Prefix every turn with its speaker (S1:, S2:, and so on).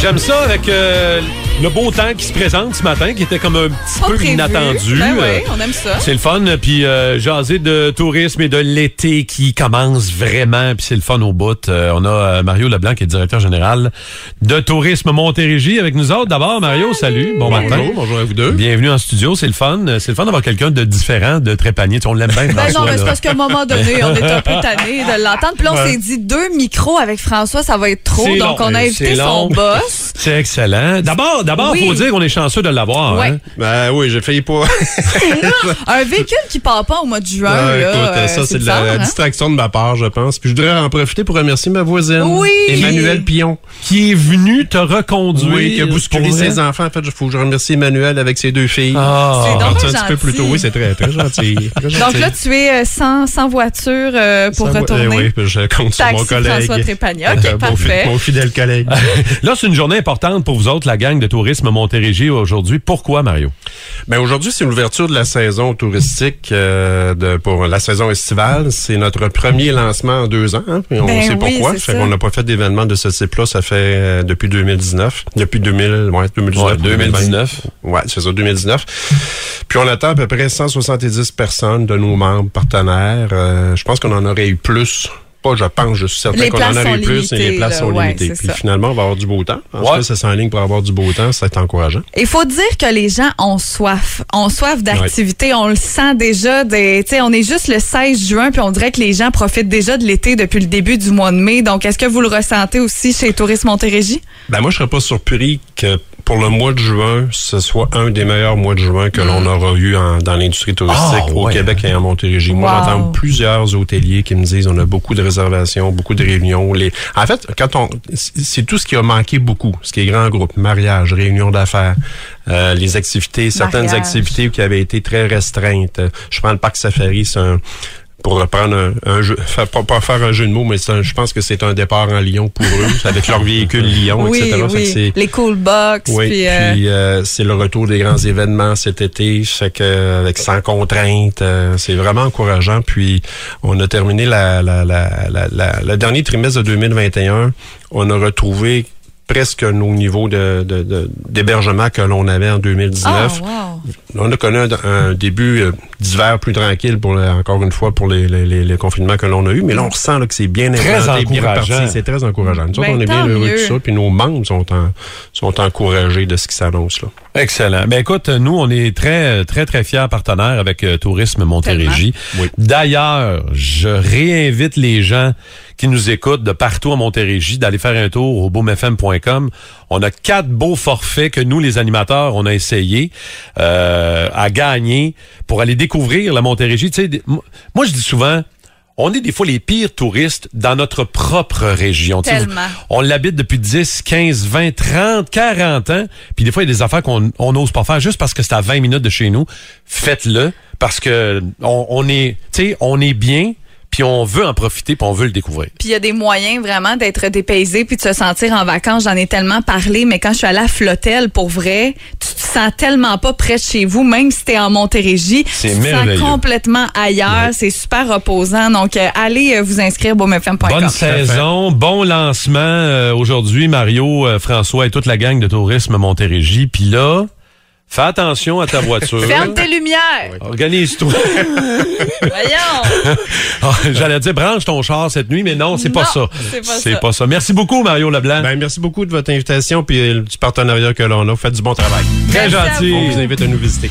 S1: J'aime ça avec euh, le beau temps qui se présente ce matin, qui était comme un petit
S2: Pas
S1: peu
S2: prévu.
S1: inattendu.
S2: Ben ouais,
S1: Euh,
S2: on aime ça.
S1: C'est le fun, puis euh, jaser de tourisme et de l'été qui commence vraiment, puis c'est le fun au bout. Euh, on a euh, Mario Leblanc qui est directeur général de Tourisme Montérégie avec nous autres. D'abord, Mario, salut. Bon matin.
S3: Bonjour, bonjour à vous deux.
S1: Bienvenue en studio, c'est le fun. Euh, C'est le fun d'avoir quelqu'un de différent, de très panier. Tu sais, On l'aime bien,
S2: Ben
S1: François.
S2: non, mais c'est
S1: là.
S2: parce qu'à un moment donné, on est un peu tanné de l'entendre. Puis là, on
S1: Ouais.
S2: s'est dit deux micros avec François, ça va être trop.
S1: C'est
S2: Donc,
S1: long.
S2: on a invité
S1: C'est long.
S2: son boss.
S1: C'est excellent. D'abord, d'abord,
S2: Oui.
S1: faut dire qu'on est chanceux de l'avoir.
S2: Ouais.
S1: hein.
S3: Ben oui, j'ai failli pas.
S2: Un véhicule qui part pas au mois de juin.
S3: Ah,
S2: là,
S3: écoute,
S2: euh,
S3: ça, c'est de
S2: bizarre,
S3: la,
S2: hein?
S3: distraction de ma part, je pense. Puis je voudrais en profiter pour remercier ma voisine,
S2: Oui!
S3: Emmanuel Pion,
S1: Qui est venu te reconduire.
S3: qui a bousculé
S1: pour vrai.
S3: ses enfants. En fait, il faut que je remercie Emmanuel avec ses deux filles.
S1: Ah.
S2: C'est donc
S3: Parti
S2: bien
S3: un petit peu plus
S2: gentil.
S3: tôt, oui, c'est très, très gentil. Très
S2: Donc
S3: gentil.
S2: là, tu es euh, sans, sans voiture euh, pour
S3: Ça, moi,
S2: retourner.
S3: eh oui, puis je compte sur
S2: Taxi
S3: mon collègue.
S2: François Trépanier. OK,
S3: Euh, mon, fi-
S2: parfait.
S3: mon fidèle collègue.
S1: Là, c'est une journée importante pour vous autres, la gang de tourisme Montérégie aujourd'hui. Pourquoi, Mario?
S3: Ben aujourd'hui, c'est l'ouverture de la saison touristique euh, de, pour la saison estivale. C'est notre premier lancement en deux ans. Hein, puis on
S2: Ben
S3: sait
S2: oui,
S3: pourquoi.
S2: c'est
S3: Fait
S2: ça.
S3: qu'on n'a pas fait d'événement de ce type-là. Ça fait euh, depuis 2019. Depuis 2000, ouais, 2019.
S1: 2019.
S3: Ouais, c'est ça, 2019. Puis on attend à peu près 170 personnes de nos membres partenaires. Euh, je pense qu'on en aurait eu plus. Pas, je pense, je suis certain
S2: Les
S3: qu'on en
S2: places
S3: aurait eu
S2: sont
S3: plus, mais
S2: limitées,
S3: les places
S2: là.
S3: sont
S2: Ouais,
S3: limitées.
S2: c'est
S3: Puis
S2: ça.
S3: finalement, on va avoir du beau temps. En
S1: Ouais.
S3: tout cas, ça s'enligne pour avoir du beau temps. Ça va être encourageant.
S2: Il faut dire que les gens ont soif. Ont soif d'activité. On le sent déjà. Des, tu sais, on est juste le 16 juin, puis on dirait que les gens profitent déjà de l'été depuis le début du mois de mai. Donc, est-ce que vous le ressentez aussi chez Tourisme Montérégie?
S3: Ben moi, je serais pas surpris que pour le mois de juin, ce soit un des meilleurs mois de juin que l'on aura eu en- dans l'industrie touristique
S1: Ah,
S3: au
S1: ouais.
S3: Québec et en Montérégie. Moi,
S2: Wow.
S3: j'entends plusieurs hôteliers qui me disent on a beaucoup de réservations, beaucoup de réunions. Les... En fait, quand on, c'est c'est tout ce qui a manqué beaucoup, ce qui est grand groupe, mariage, réunion d'affaires, euh, les activités, certaines
S2: Mariage.
S3: activités qui avaient été très restreintes. Je prends le parc Safari, c'est un pour reprendre un, un jeu, fa- pas, pas faire un jeu de mots, mais c'est un- je pense que c'est un départ en Lyon pour eux, c'est avec leur véhicule Lyon,
S2: oui,
S3: etc. Fait que
S2: oui.
S3: c'est-
S2: Les cool box.
S3: oui,
S2: puis, euh,
S3: puis euh, c'est le retour des grands événements cet été, fait que euh, avec sans contrainte, euh, c'est vraiment encourageant. Puis on a terminé la, la, la, la, la- le dernier trimestre de 2021, on a retrouvé presque nos niveaux de, de, de- d'hébergement que l'on avait en
S2: Ah,
S3: 2019.
S2: wow.
S3: On a connu un, un début euh, d'hiver plus tranquille pour le- encore une fois pour les, les- les- les confinements que l'on a eu, mais là on ressent là, que c'est bien
S1: Très
S3: implanté, bien
S1: encourageant.
S3: reparti, c'est très encourageant. Nous autres,
S2: Ben,
S3: on est bien
S2: tant
S3: heureux de
S2: mieux.
S3: ça, puis nos membres sont en- sont encouragés de ce qui s'annonce là.
S1: Excellent. Ben écoute, nous, on est très, très, très fiers partenaires avec euh, Tourisme Montérégie.
S3: Oui.
S1: D'ailleurs, je réinvite les gens qui nous écoutent de partout en Montérégie d'aller faire un tour au boomfm.com. On a quatre beaux forfaits que nous, les animateurs, on a essayé euh, à gagner pour aller découvrir la Montérégie. Tu sais, des- m- moi, je dis souvent, on est des fois les pires touristes dans notre propre région. Tu sais, vous-
S2: Tellement.
S1: on l'habite depuis 10, 15, 20, 30, 40 ans. Puis des fois, il y a des affaires qu'on on n'ose pas faire juste parce que c'est à 20 minutes de chez nous. Faites-le parce que on, on est, tu sais, on est bien, puis on veut en profiter, puis on veut le découvrir.
S2: Puis il y a des moyens vraiment d'être dépaysé puis de se sentir en vacances. J'en ai tellement parlé, mais quand je suis allée à Flotel, pour vrai, tu te sens tellement pas près de chez vous, même si t'es en Montérégie.
S1: C'est
S2: tu te sens
S1: merveilleux.
S2: complètement ailleurs. C'est super reposant. Donc, euh, allez euh, vous inscrire beaumefm.com.
S1: Bonne saison, bon lancement euh, aujourd'hui, Mario, euh, François et toute la gang de tourisme Montérégie. Puis là, fais attention à ta voiture.
S2: Ferme tes lumières.
S1: Organise-toi.
S2: Voyons.
S1: Ah, J'allais dire branche ton char cette nuit, mais non, c'est pas
S2: Non,
S1: ça.
S2: c'est pas ça.
S1: pas ça. Merci beaucoup, Mario Leblanc.
S3: Ben, merci beaucoup de votre invitation puis euh, du partenariat que l'on a. Faites du bon travail.
S1: Très
S2: Merci à
S1: gentil.
S3: On vous invite à nous visiter.